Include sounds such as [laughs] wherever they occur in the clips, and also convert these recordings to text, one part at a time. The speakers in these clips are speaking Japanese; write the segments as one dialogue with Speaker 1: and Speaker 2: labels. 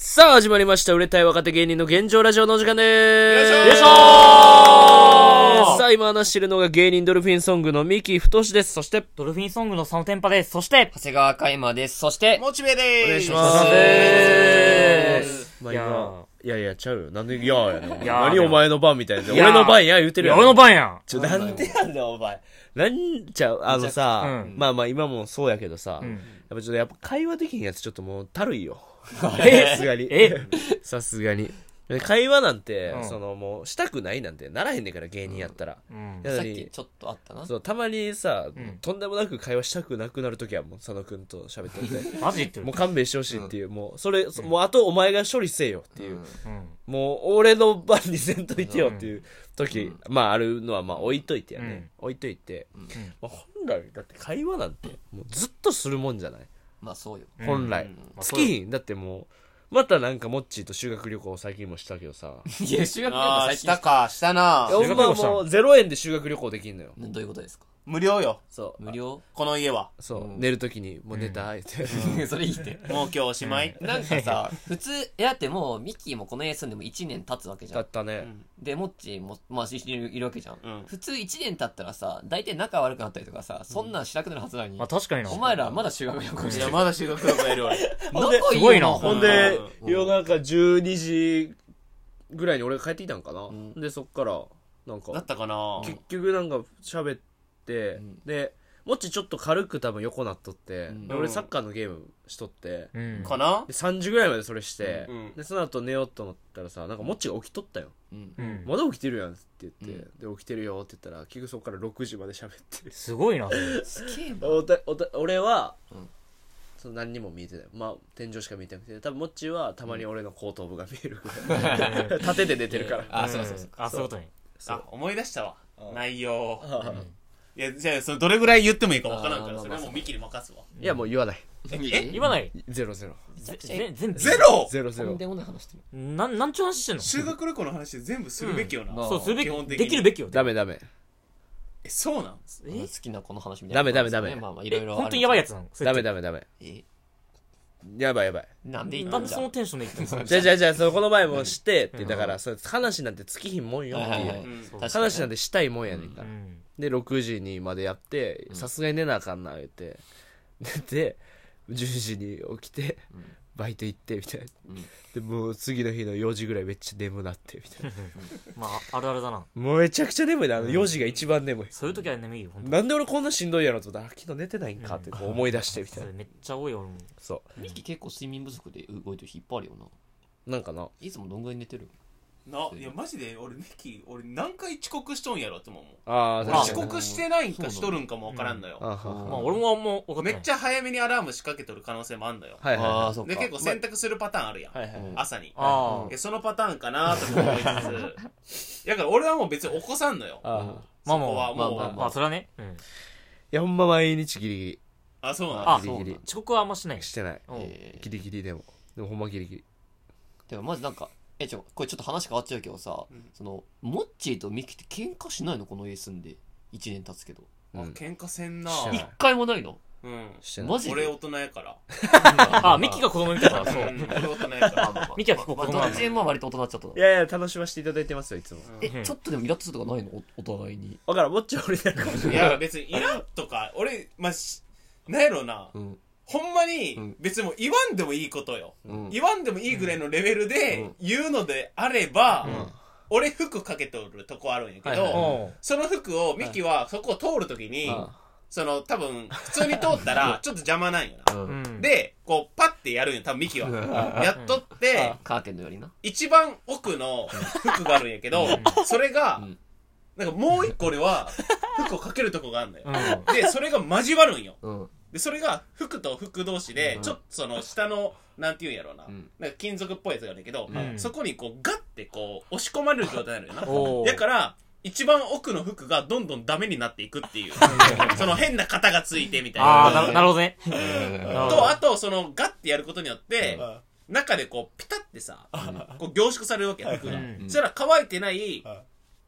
Speaker 1: さあ、始まりました。売れたい若手芸人の現状ラジオのお時間でーす。
Speaker 2: よいしょー
Speaker 1: さあ、今話しているのが芸人ドルフィンソングの三木太志です。そして、
Speaker 3: ドルフィンソングの佐野天パです。そして、
Speaker 4: 長谷川海馬です。そして、
Speaker 2: モチベでーす。お願いし
Speaker 1: ま
Speaker 4: でーす。
Speaker 1: まあ
Speaker 3: いや
Speaker 1: 今、いやいや、ちゃうよ。なんで、いややねん。
Speaker 3: いや
Speaker 1: 何お前の番みたいな。
Speaker 3: や
Speaker 1: 俺の番や言うてるやん。
Speaker 3: 俺の番やん。
Speaker 1: ちょ、なんでやねん、お前。なんちゃう、あのさ、
Speaker 3: うん
Speaker 1: まあまあ今もそうやけどさ、
Speaker 3: ん
Speaker 1: やっぱちょっとやっぱ会話できへんやつちょっともうたるい [laughs] よ。さすがに。
Speaker 3: え
Speaker 1: さすがに。会話なんて、
Speaker 3: うん
Speaker 1: そのもうしたくないなんてならへんねんから芸人やったら。
Speaker 3: うん。
Speaker 1: やの
Speaker 4: さっ
Speaker 1: に
Speaker 4: きちょっとあったな。
Speaker 1: そうたまにさ、
Speaker 3: ん
Speaker 1: とんでもなく会話したくなくなるときはもう佐野くんと喋ってて
Speaker 3: マジ言ってる
Speaker 1: もう。勘弁してほしいっていう、もうそれ、そもうあとお前が処理せえよっていう、
Speaker 3: うん。
Speaker 1: もう俺の番にせんといてよっていう時、まああるのはまあ置いといてやね、置いといて、まあ、本来だって会話なんてもうずっとするもんじゃない
Speaker 4: まあそうよ。
Speaker 1: 本来、月日だってもうまたなんかモッチーと修学旅行を最近もしたけどさ
Speaker 4: いや、修学旅
Speaker 2: あ
Speaker 4: 行
Speaker 2: ー、
Speaker 4: 最
Speaker 2: した
Speaker 4: 近。
Speaker 2: か、したない
Speaker 1: や。ほんま
Speaker 3: 修学旅行したの
Speaker 1: もう0円で修学旅行できんのよ
Speaker 4: どういうことですか
Speaker 2: 無料よ。
Speaker 1: そう
Speaker 4: 無料
Speaker 2: この家は。
Speaker 1: そう、寝るときにもう寝た言って、
Speaker 4: それいいって。
Speaker 2: もう今日おしまい。
Speaker 4: なんかさ、普通、いやだってもう、ミッキーもこの家住んでも1年経つわけじ
Speaker 1: だ
Speaker 4: ゃん
Speaker 1: っ。たね、
Speaker 4: で、モッチーも、まあ、一緒にいるわけじゃん。
Speaker 2: うん
Speaker 4: 普通1年経ったらさ、大体仲悪くなったりとかさ、そんなんしなくなるはずなのに。
Speaker 3: まあ確かにな。
Speaker 4: お前らまだ修学旅行し
Speaker 2: い
Speaker 4: て
Speaker 2: や、
Speaker 4: る。
Speaker 2: まだ修学旅行やる
Speaker 4: [laughs]
Speaker 2: 俺。
Speaker 1: ほんです
Speaker 4: 仲いい
Speaker 3: すごいな
Speaker 4: よ
Speaker 1: ほんで、夜中12時ぐらいに俺が帰ってきたんかな、
Speaker 4: ん
Speaker 1: でそっからなん
Speaker 2: だ
Speaker 1: か
Speaker 2: ったかな
Speaker 1: 結局なんか喋って、
Speaker 4: ん
Speaker 1: でもっちちょっと軽く多分横なっとって、
Speaker 4: ん
Speaker 1: で俺サッカーのゲームしとって、
Speaker 3: う
Speaker 1: で
Speaker 3: ん。
Speaker 2: かな
Speaker 1: 3時ぐらいまでそれして、
Speaker 2: うん
Speaker 1: でその後寝ようと思ったらさなんかもっちが起きとったよ、
Speaker 4: うん。
Speaker 3: うん。
Speaker 1: まだ起きてるやんって言って、で起きてるよって言ったら結局そっから6時まで喋って
Speaker 3: すごいな。
Speaker 4: すげえな。
Speaker 1: おたおた俺は、
Speaker 4: うん
Speaker 1: その何にも見えてないまあ天井しか見えてなくて多分モッチーはたまに俺の後頭部が見え
Speaker 4: [laughs]
Speaker 1: るぐらい縦で寝てるから
Speaker 4: あ、 [laughs] そうそうそう。
Speaker 3: あ、そういうことに。
Speaker 2: あ、思い出したわ。内容を。
Speaker 1: あ
Speaker 2: いや、じゃあ、そのどれぐらい言ってもいいかわからんか
Speaker 4: あ
Speaker 2: ら、
Speaker 4: ー
Speaker 2: それはもうミキに任すわ。
Speaker 1: いやもう言わない
Speaker 4: え
Speaker 3: 言わない。
Speaker 1: ゼロゼロ
Speaker 3: ぜぜ全部。
Speaker 2: ロ
Speaker 1: ゼロゼ
Speaker 4: とん
Speaker 1: ロ
Speaker 4: でもない話してる。
Speaker 3: なん、なんちゅう話してんの
Speaker 2: 修学旅行の話全部するべきよな。
Speaker 4: うん
Speaker 3: そう、するべ
Speaker 2: 基本
Speaker 3: き。
Speaker 2: 的に
Speaker 3: できるべきよ。
Speaker 1: ダメダメ
Speaker 2: え、そうなん
Speaker 4: 好
Speaker 3: え
Speaker 4: きな子の話みた
Speaker 1: ダ
Speaker 4: いな。
Speaker 1: メダメダメ
Speaker 4: まあまあ、いろい
Speaker 3: え
Speaker 4: ろ。
Speaker 3: 本当にやばいやつ。なの
Speaker 1: ダメ
Speaker 3: だ。
Speaker 1: ダメダメ
Speaker 4: え、
Speaker 1: やばいやばい
Speaker 4: なんで言った
Speaker 3: なん
Speaker 4: ん
Speaker 3: で
Speaker 4: じ
Speaker 3: そ
Speaker 4: ゃ
Speaker 3: の
Speaker 4: ん。
Speaker 3: テンションで言ってんの
Speaker 1: じゃあじゃあじゃあそのこの前もしてってだからそれ話なんて尽きひんもんよって
Speaker 4: はい
Speaker 1: い
Speaker 4: はいはいう
Speaker 2: うん
Speaker 4: 確かに
Speaker 1: 話なんてしたいもんやねんか
Speaker 3: う
Speaker 1: ら
Speaker 3: ん。
Speaker 1: で6時にまでやってさすがに寝なあかんな言って寝て10時に起きてバイト行ってみたいな、
Speaker 4: うん
Speaker 1: でもう次の日の4時ぐらいめっちゃ眠なってみたいな
Speaker 3: まあ、あるあるだな。
Speaker 1: もうめちゃくちゃ眠いなあの4時が一番眠い、
Speaker 3: そういう時は眠いよ、ほんと。
Speaker 1: なんで俺こんなしんどいやろと思ったらあ昨日寝てないんかってこう思い出してみた
Speaker 3: そ
Speaker 1: いな
Speaker 3: れめっちゃ多いよ、俺も。
Speaker 1: そ
Speaker 4: ミキ結構睡眠不足で動いてる日いっぱいあるよな。
Speaker 1: うなんかない
Speaker 4: つもどんぐらい寝てる
Speaker 2: な、いや、マジで俺ミキ、俺何回遅刻しとんやろって思うもん。
Speaker 1: あ
Speaker 2: 俺
Speaker 1: あ
Speaker 2: 遅刻してないんかしとるんかもわからんのよ。
Speaker 1: あは
Speaker 3: ま
Speaker 1: は
Speaker 3: あ、俺もあんま分かって
Speaker 2: め
Speaker 3: ない。
Speaker 2: っちゃ早めにアラーム仕掛けとる可能性もあんのよ。
Speaker 1: はいはい
Speaker 4: あ
Speaker 1: は
Speaker 4: あ、そっか。
Speaker 2: で、結構洗濯するパターンあるやん。
Speaker 1: いはいはい
Speaker 2: 朝に。
Speaker 3: あ
Speaker 2: えそのパターンかなとか思いつつ。だから俺はもう別に起こさんのよ。
Speaker 1: あーい
Speaker 3: あ。まあ
Speaker 2: こ
Speaker 3: ま
Speaker 2: こは
Speaker 3: あ。
Speaker 2: もう、
Speaker 4: まあまあ
Speaker 3: まあ、それはね。うん。
Speaker 1: やほんま毎日ギリギリ
Speaker 2: あ、そうなんだ。
Speaker 3: あ
Speaker 1: ギリギリ
Speaker 3: 遅刻はあんましない。
Speaker 1: してない
Speaker 3: うん
Speaker 4: え
Speaker 1: ギリギリでもでもほんまギリギリ
Speaker 4: ー、てか、まずなんか、え、ちょ、これちょっと話変わっちゃうけどさ、
Speaker 2: ん
Speaker 4: その、モッチーとミキって喧嘩しないのこの家住んで。1年経つけど。
Speaker 2: あ
Speaker 1: うん
Speaker 2: 喧嘩せんな
Speaker 1: してない
Speaker 4: 一回もない [laughs] の
Speaker 2: うん。
Speaker 1: してない。
Speaker 4: マジ
Speaker 2: 俺
Speaker 4: で
Speaker 2: 大人やから。
Speaker 3: あ、ミキが子供みたいだから、そうう。
Speaker 2: ん、俺大人やから。
Speaker 3: ミキは結構
Speaker 4: ま
Speaker 3: 子供
Speaker 4: あ、ど
Speaker 3: なん
Speaker 4: っ
Speaker 3: だ。
Speaker 4: ちも割と大人になっちゃったない
Speaker 1: やいや楽しませていただいてますよいつも
Speaker 4: え、ちょっとでもイラッとするとかないのおお互いに。
Speaker 1: だからもっちゃん俺だから
Speaker 2: いや、別にいらんとか、俺、まあ、しなんやろな。
Speaker 4: うん。
Speaker 2: ほんま
Speaker 4: う
Speaker 2: に
Speaker 4: ん、
Speaker 2: 別にもう言わんでもいいことよ。
Speaker 4: うん。
Speaker 2: 言わんでもいいぐらいのレベル
Speaker 4: う
Speaker 2: で
Speaker 4: ん
Speaker 2: 言うのであれば、
Speaker 1: ん
Speaker 2: 俺服かけとるとこあるんやけど、
Speaker 4: はいは
Speaker 3: うん
Speaker 2: その服をミキはそこを通るときに、
Speaker 1: あ
Speaker 2: その多分普通に通ったらちょっと邪魔なんよな。
Speaker 4: うん。
Speaker 3: うん
Speaker 2: で、こうパッてやるんよ、多分ミキは。やっとって、
Speaker 4: カーテンのよりな。
Speaker 2: 一番奥の服があるんやけど、それが
Speaker 4: うん、
Speaker 2: なんかもう一個俺は服をかけるとこがあるんだよ
Speaker 3: う。ん。
Speaker 2: で、それが交わるんよ。
Speaker 4: うん。
Speaker 2: で、それが服と服同士で
Speaker 4: う、ん
Speaker 2: ちょっとその下の、なんていうんやろうな
Speaker 4: うん。
Speaker 2: なんか金属っぽいやつがあるんやけど
Speaker 3: う、ん
Speaker 2: そこにこうガッてこう押し込まれる状態になるよ
Speaker 3: [laughs] おー
Speaker 2: な。だから、一番奥の服がどんどんダメになっていく
Speaker 3: [laughs]
Speaker 2: っていう。その変な型がついてみたい
Speaker 3: ああ、な
Speaker 2: な。
Speaker 3: るなるほどね。
Speaker 2: と、あと、そのガッてやることによって、中でこうピタってさ、こう凝縮されるわけよ、服が
Speaker 3: う。ん
Speaker 2: そしたら乾いてない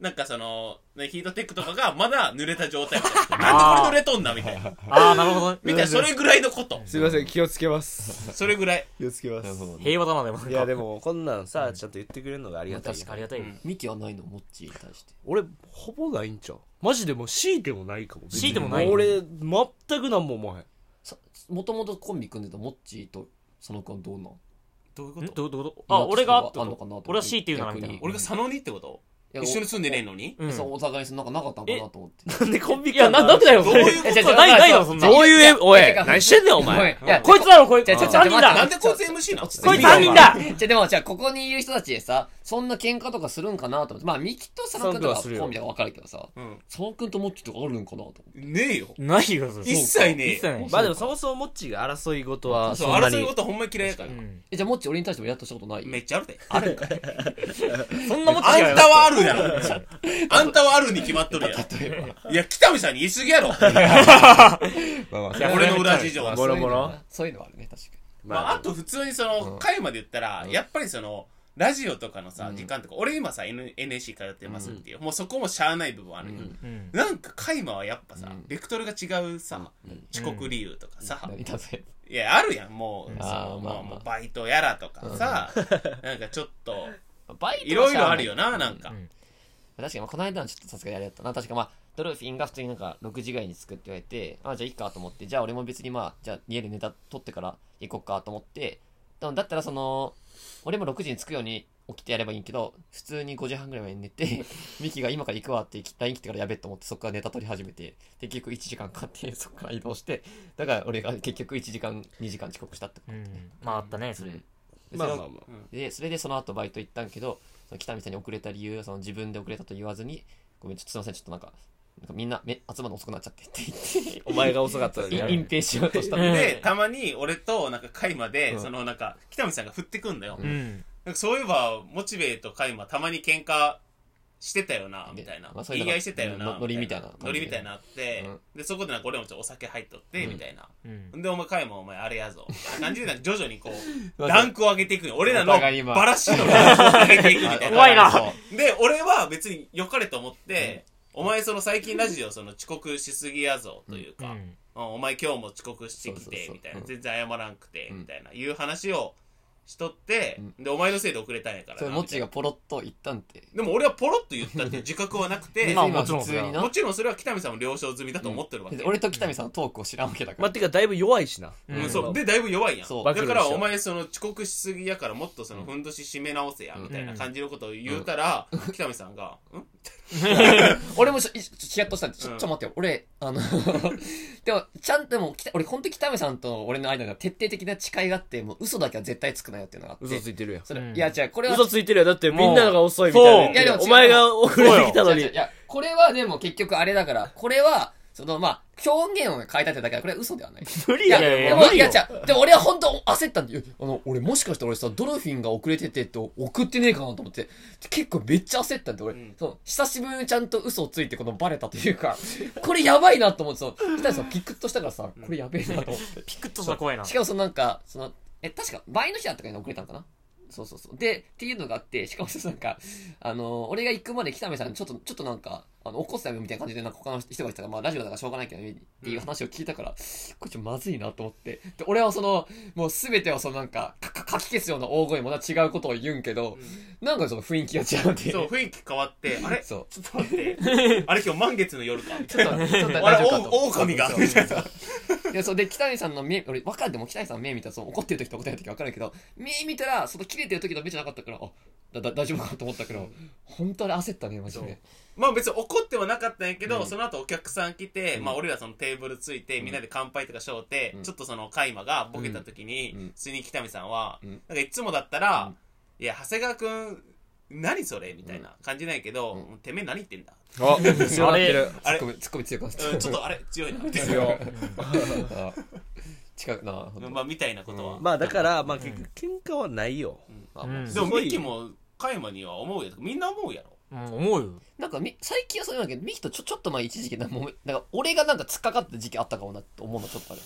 Speaker 2: なんかその、ね、ヒートテックとかがまだ濡れた状
Speaker 3: [laughs]
Speaker 2: 態みたいな。なんでこれ濡れとんだみたいな。
Speaker 3: ああ、なるほどね。
Speaker 2: みたいな、それぐらいのこと。
Speaker 5: すいません気をつけます
Speaker 2: それぐらい。
Speaker 5: 気をつけま
Speaker 4: なる
Speaker 5: す
Speaker 4: ほどね。
Speaker 3: 平和だな、でもなんか。
Speaker 5: いやでも
Speaker 1: こんなんさちゃんと言ってくれるのがありがたい
Speaker 3: 確かにありがたい。
Speaker 4: ミキはないの、モッチーに対して。
Speaker 1: 俺ほぼないんちゃうマジでもう強いてもないかも
Speaker 3: 強いてもない
Speaker 1: 俺全くなんも思わへん
Speaker 4: もともとコンビ組んでたモッチーと佐野くんはどうなん
Speaker 2: どういう
Speaker 3: んどういうことあ、俺がって
Speaker 4: あんの
Speaker 3: こ
Speaker 4: かなと思
Speaker 3: と
Speaker 4: って
Speaker 3: 俺は C って言うならみたいな
Speaker 4: 逆。
Speaker 2: 俺が佐野にってこと一緒に住んでねえのに
Speaker 3: う
Speaker 4: そうお互いそのなんかなかったのかなと思って。
Speaker 1: なんでコンビ
Speaker 3: いや、な、なんでだよ、
Speaker 2: どういうこと
Speaker 3: えじゃあじゃあない、ないだろ、そんな。
Speaker 1: どういうおい
Speaker 4: いやいや
Speaker 1: 何してんねんお前
Speaker 4: いや
Speaker 3: こいつだろ、こいつ。
Speaker 4: じゃあじゃあじゃあ
Speaker 3: 3
Speaker 2: な
Speaker 3: 人だ
Speaker 2: ん。でこいつ MC なの
Speaker 3: こいつ3人だ。
Speaker 4: じゃあでも、じゃあここにいる人たちでさ、そんな喧嘩とかするんかなと思って。まあ、ミキと佐野くんと
Speaker 1: 佐野くん
Speaker 4: か
Speaker 1: はするよ
Speaker 4: コンビはわかるけどさ、
Speaker 2: うん。
Speaker 4: 佐野くんとモッチーとかあるんかなと思って。
Speaker 2: ねえよ。
Speaker 3: ないよ、それ
Speaker 2: 一切ねえ
Speaker 3: 一切ない。
Speaker 1: まあでもそもそもモッチーが争い事は
Speaker 2: そう、
Speaker 1: そんな
Speaker 2: 争い
Speaker 1: に
Speaker 2: 事ほんまに嫌いやから
Speaker 3: う。ん
Speaker 4: え、じゃあモッチー俺に対してもやっとしたことない
Speaker 2: めっちゃあるで。
Speaker 4: あるんかい
Speaker 3: そんなもん
Speaker 2: あんたはあるやろ。あんたはあるに決まっとるや
Speaker 4: 例えば。
Speaker 2: ろ。いや、北見さんに言い過ぎやろ。
Speaker 5: まあまあ
Speaker 3: いや
Speaker 2: 俺の裏事情は。
Speaker 1: ボロボロ
Speaker 4: そういうのはあるね、確かに。
Speaker 2: まあ、あと普通にその、会まで言ったら、やっぱりその、ラジオとかのさ、時間とか、俺今さ、N- NSC 通ってますっていう、もうそこもしゃあない部分あるよ。
Speaker 3: うん
Speaker 2: なんか、会話はやっぱさ、ベクトルが違うさ、遅刻理由とかさ、
Speaker 4: 何だぜ。
Speaker 2: いや、あるやん、もう、そ
Speaker 4: あー
Speaker 2: の
Speaker 4: ま
Speaker 2: ま
Speaker 4: あ
Speaker 2: あ
Speaker 4: まあ
Speaker 2: もうバイトやらとかさ、なんかちょっと、
Speaker 4: バイト
Speaker 2: いろいろあるよな、なんか。
Speaker 4: 確かに、まあこの間のちょっとさすがにあれやったな。確かまあ、ドルフィンが普通になんか6時ぐらいに作って言われて、あ、じゃあいいかと思って、じゃあ俺も別にまあ、じゃあ家でネタ撮ってから行こっかと思って、でもだったらその、俺も6時に着くように起きてやればいいけど、普通に5時半ぐらいまで寝て、 [laughs] ミキが今から行くわって来 LINE 来てからやべえと思って、そこからネタ撮り始めて、で結局1時間かかって、 [laughs] そこから移動して、だから俺が結局1時間、2時間遅刻したってこ
Speaker 3: うんまああったね、それ。
Speaker 4: と。
Speaker 1: まあまあま
Speaker 4: でそれでその後バイト行ったんけどその北見さんに遅れた理由その自分で遅れたと言わずにごめんちょっとすいませんちょっとなんかなんかみんなめ集まるの遅くなっちゃってって
Speaker 1: あお前が遅かったの
Speaker 4: 言
Speaker 1: に
Speaker 4: っ
Speaker 1: な
Speaker 4: て隠蔽しようとしたの
Speaker 3: うん
Speaker 2: で
Speaker 4: で、
Speaker 2: たまに俺と、なんか、会話で、その、なんか、北見さんが振ってくんだよ。
Speaker 3: うん。
Speaker 2: なんかそういえば、モチベーとカイマたまに喧嘩してたよな、みたいな。
Speaker 4: まあそういう
Speaker 2: 言い
Speaker 4: のが
Speaker 2: 合いしてたよな。
Speaker 4: のノリみたいな感じで
Speaker 2: ノリみたいになって、で、そこでなんか俺もちょっとお酒入っとって、みたいな。
Speaker 3: うん
Speaker 2: んで、お前カイマお前あれやぞ。みたいな感じで、なんか徐々に
Speaker 4: [laughs]
Speaker 2: こう、
Speaker 4: ん
Speaker 2: ランクを上げていくよ俺らのバ
Speaker 4: お互い今
Speaker 2: ラシのランクを上げていくみたいな。
Speaker 3: 怖いな
Speaker 2: そう。で、俺は別に良かれと思って、お前その最近ラジオその遅刻しすぎやぞという
Speaker 3: う
Speaker 2: か、
Speaker 3: ん。
Speaker 2: うんお前今日も遅刻してき
Speaker 4: そうそう
Speaker 2: て
Speaker 4: そう
Speaker 2: みたいうなん全然謝らんくて
Speaker 4: うん
Speaker 2: みたいないう話をしとってでお前のせいで遅れたんやから
Speaker 4: それ
Speaker 2: な
Speaker 4: モッ
Speaker 2: み
Speaker 4: チ
Speaker 2: た
Speaker 4: ー
Speaker 2: い
Speaker 4: が
Speaker 2: な
Speaker 4: ポロッと言ったんって
Speaker 2: でも俺はポロッと言ったっていう自覚はなく
Speaker 4: [laughs]
Speaker 2: て
Speaker 3: まあ
Speaker 4: 別に
Speaker 3: もちろん
Speaker 4: 普通にな
Speaker 2: もちろんそれは北見さんも了承済みだと思ってるわけ
Speaker 4: 俺と北見さんのトークを知らんわけだか
Speaker 1: まあ
Speaker 4: ら、
Speaker 1: てかだいぶ弱いしな
Speaker 2: うん
Speaker 3: うん
Speaker 2: そうでだいぶ弱いやん
Speaker 4: そう
Speaker 2: だから
Speaker 1: 暴露しちゃう
Speaker 2: お前その遅刻しすぎやからもっとそのふんどし締め直せやみたいな感じのことを言うたら北見さんが「ん
Speaker 4: 俺もしいヒヤッとしたんでちょ
Speaker 2: うん
Speaker 4: ちょっと待ってよ俺あの [laughs] でもちゃんとでも北俺本当に北見さんと俺の間が徹底的な誓いがあってもう嘘だけは絶対つくなよっていうのがあっ
Speaker 1: 嘘
Speaker 4: て
Speaker 1: ついてるやん
Speaker 4: それ、
Speaker 3: うん
Speaker 4: いや違うこれは
Speaker 1: 嘘ついてるやんだってみんなのが遅いみたいな言ってるやん
Speaker 4: そう
Speaker 1: お前が遅れてきたの
Speaker 4: 違う違う
Speaker 1: に
Speaker 4: いや、これはでも結局あれだから、これは、そのまあ、表現を変えたってだけだから、これは嘘ではない。
Speaker 1: 無理
Speaker 4: いや、
Speaker 1: や
Speaker 3: いやいや
Speaker 4: で
Speaker 3: 無
Speaker 4: も、
Speaker 3: 理
Speaker 4: い
Speaker 3: よ
Speaker 4: や、違う。でも俺は本当焦ったんだよ。あの、俺もしかして俺さ、ドルフィンが遅れててって送ってねえかなと思って、結構めっちゃ焦ったんで、俺、
Speaker 2: ん
Speaker 4: そう、久しぶりにちゃんと嘘をついてこのバレたというか、これやばいなと思って、その、北谷さんピクッとしたからさ、これやべえなと思って。
Speaker 3: ピクッとした怖いな。
Speaker 4: しかもそのなんか、その、え、確か倍の日だったから遅れたのかなそうそうそう。で、っていうのがあって、しかもそのなんか、あの俺が行くまで北目さん、ちょっと、ちょっとなんか、あの、怒ってたよみたいな感じで、なんか他の人が言ってたから、まあラジオだからしょうがないけどね、っていう話を聞いたから、これちょっとまずいなと思って。で、俺はその、もうすべてをそのなんか、かかかき消すような大声もな違うことを言うんけど、なんかその雰囲気が違うんで。
Speaker 2: そう雰囲気変わってあれちょ
Speaker 4: そう。
Speaker 2: っと待ってあれ今日満月の夜か」みたいな
Speaker 4: ちょっと、ちょっと
Speaker 2: あ
Speaker 4: 大
Speaker 2: れ
Speaker 4: 丈夫かと、
Speaker 2: オオカミが。
Speaker 4: そういや、そうで、北谷さんの目、俺、わかるでも北谷さんの目見たら、その怒ってる時と怒ってない時わかるけど、目見たら、その切れてる時の目じゃなかったから、あ、だ、だ、大丈夫かと思ったけど、本当に焦ったね、マジで。
Speaker 2: まあ別に怒ってはなかったんやけど、その後お客さん来て、まあ俺らそのテーブルついて、みんなで乾杯とかしょうて、ちょっとそのカイマがボケた時に、
Speaker 4: うん
Speaker 2: 普通に北見さんは、
Speaker 4: うん
Speaker 2: なんかいつもだったら、いや、長谷川くん、何それみたいな感じないけど、てめえ何言ってんだ、
Speaker 1: あ強なって
Speaker 3: あ
Speaker 1: る
Speaker 2: あれ
Speaker 4: ツッコミ、ツッコミ強くなっ
Speaker 2: うん
Speaker 4: た。
Speaker 2: ちょっとあれ強いな、みたい
Speaker 1: 強
Speaker 4: あ [laughs] 近くな、ほん
Speaker 2: な。
Speaker 4: と
Speaker 2: まあみたいなことは。
Speaker 1: まあだからまあ結局喧嘩はないよ
Speaker 4: あ
Speaker 3: うん
Speaker 2: でもミキもカイマには思うやろみんな思うやろ
Speaker 3: うん思うよ。
Speaker 4: なんかみ、最近はそういうわけど、ミキとちょ、ちょっと前一時期、なんかもめ、なんか、俺がなんか突っかかった時期あったかもなって思うの、ちょっとある。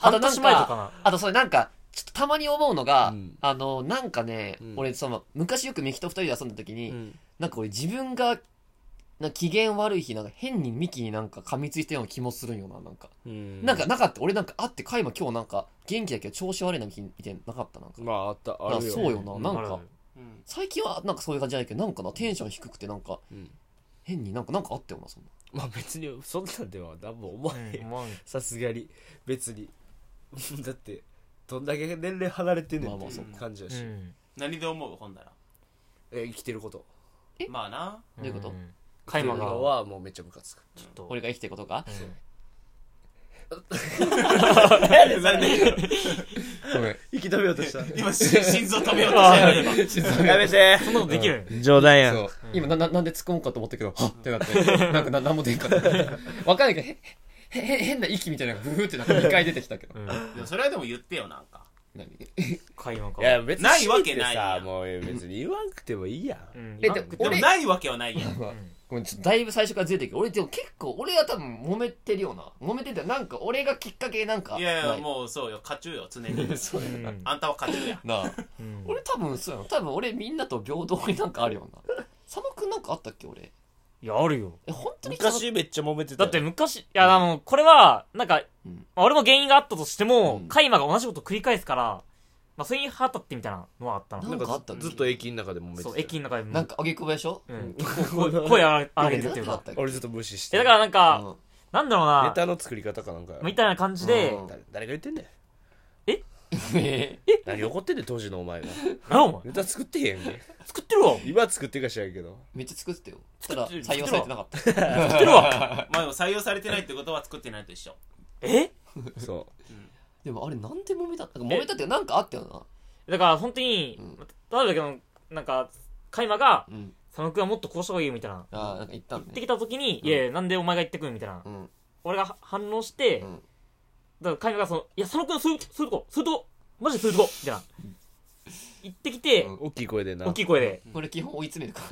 Speaker 4: あと
Speaker 3: 半
Speaker 4: なん
Speaker 3: 年前とか
Speaker 4: か
Speaker 3: な、
Speaker 4: あとそれなんか、ちょっとたまに思うのが、
Speaker 1: うん
Speaker 4: あの、なんかね、
Speaker 1: うん
Speaker 4: 俺、その、昔よくミキと二人で遊んだ時に、
Speaker 1: うん
Speaker 4: なんか俺自分がなんか機嫌悪い日、なんか変に幹になんか噛みついたような気もするんよな、なんか。
Speaker 1: うん
Speaker 4: なんかなかった。俺なんか、あって、カイマ今日なんか、元気だけど調子悪いなみたいな、なかったなんか。
Speaker 1: まああったあ
Speaker 4: あ
Speaker 1: るよ
Speaker 4: そうよな、なん
Speaker 3: あるあ
Speaker 4: か
Speaker 3: る。
Speaker 2: うん
Speaker 4: 最近はなんかそういう感じじゃないけど、なんかな、テンション低くてなんか、
Speaker 1: うん
Speaker 4: 変になんか、なんかあったよな、そんな。
Speaker 1: まあ別にそんなんでは何も思わへ
Speaker 3: うんんまあ
Speaker 1: さすがに別に [laughs] だってどんだけ年齢離れてんねん
Speaker 4: まあまあ
Speaker 1: って
Speaker 4: そっ
Speaker 1: いう感じだ
Speaker 3: う
Speaker 1: し、
Speaker 3: ん
Speaker 2: 何で思うほんなら
Speaker 1: え生きてること
Speaker 4: え
Speaker 2: まあな
Speaker 4: どういうこと
Speaker 3: んカイ
Speaker 1: 今
Speaker 3: マ
Speaker 1: の
Speaker 3: が
Speaker 1: はもうめっちゃムカ
Speaker 3: [laughs]
Speaker 1: つく [laughs]
Speaker 3: ちょっと
Speaker 4: 俺が生きてることか
Speaker 2: 何で
Speaker 5: ごめん。
Speaker 1: 生き止めようとしたや
Speaker 2: 今し心臓止めようとしたよ今
Speaker 1: めて
Speaker 3: そんなことできる
Speaker 1: 冗談
Speaker 5: そう。
Speaker 4: 今な、な、なんで突っ込むかと思ったけど、はっってなって、なんかな、なんも出んかった。わかんないけど、へ、へ、へ、変な息みたいなのがブフってなんか2回出てきたけど。
Speaker 2: でもそれはでも言ってよなんか
Speaker 4: 何
Speaker 3: カイマ
Speaker 1: い
Speaker 3: が
Speaker 1: や別に
Speaker 2: ないわけな
Speaker 1: 強
Speaker 2: い
Speaker 1: て
Speaker 2: や
Speaker 1: さ
Speaker 2: ん
Speaker 1: もう別に言わんくてもいいやん
Speaker 3: うん
Speaker 4: え
Speaker 3: 今
Speaker 4: で
Speaker 2: でも
Speaker 4: 俺
Speaker 2: ないわけはないやん
Speaker 4: ごめん、ちょっとだいぶ最初からずれてるけど、俺でも結構、俺は多分揉めてるよな。揉めてて、なんか俺がきっかけなんか。
Speaker 2: いやいや
Speaker 4: な
Speaker 2: もうそうよ家中よ常に
Speaker 4: そうやな。
Speaker 2: あんたは家中や
Speaker 4: なあ。
Speaker 3: うん
Speaker 4: 俺多分そうやな。多分俺みんなと平等になんかあるよな。佐野くんなんかあったっけ俺。
Speaker 3: いやあるよ
Speaker 4: え、本当に佐野
Speaker 1: 昔めっちゃ揉めてた
Speaker 3: だ
Speaker 1: よ
Speaker 3: って昔いやあのこれはなんか
Speaker 4: うん
Speaker 3: まあ俺も原因があったとしても
Speaker 4: うん
Speaker 3: カイマが同じことを繰り返すからまあそれに腹立ってみたいなのはあった
Speaker 4: な
Speaker 3: の
Speaker 1: なん
Speaker 4: んか
Speaker 1: か
Speaker 4: あったっけ
Speaker 1: ずっと駅の中で揉めてた
Speaker 3: そう駅の中で
Speaker 4: なんかあげくばでしょ
Speaker 3: うん声声荒荒げてるっていう
Speaker 4: な
Speaker 3: か
Speaker 4: んかあったっけ
Speaker 1: 俺ずっと無視して
Speaker 3: えだからなん
Speaker 4: う
Speaker 3: か
Speaker 4: ん
Speaker 3: なんだろうな
Speaker 1: ネタの作り方かなんか
Speaker 3: みたいな感じで
Speaker 4: うん
Speaker 1: 誰誰が言ってんねん
Speaker 4: え
Speaker 1: 何怒ってんねん当時のお前が
Speaker 3: なお前
Speaker 1: ネタ作ってへんねん
Speaker 3: 作ってるわ
Speaker 1: 今作ってるか知らんけど
Speaker 4: めっちゃ作ってたよ。ただ
Speaker 3: 作ってる
Speaker 4: 採用されてなかった。
Speaker 3: 作ってる
Speaker 4: [laughs]
Speaker 3: わ
Speaker 2: まあでも採用されてないってことは作ってないと一緒
Speaker 3: え
Speaker 1: そ
Speaker 4: でもあれなんで揉めたなんか揉めたってなんかあったよ
Speaker 3: だから本当に
Speaker 4: うん
Speaker 3: 例えばだけどなんかカイマが
Speaker 4: な。うん。
Speaker 3: 佐野くんはもっとこうした方がいいよみたいな
Speaker 4: ああ、なんか言ったの
Speaker 3: 言ってき
Speaker 4: ね。
Speaker 3: た時に
Speaker 4: うん
Speaker 3: いやいやなんでお前が言ってくるみたいな
Speaker 4: うん。
Speaker 3: 俺が反応して
Speaker 4: うん
Speaker 3: だからカイマがそのいや佐野くんそういうそういうとこそういうとこマジでそういうとこみたいな言ってきて
Speaker 1: う大きい声でな
Speaker 3: 大きい声で
Speaker 4: 俺基本追い詰めるか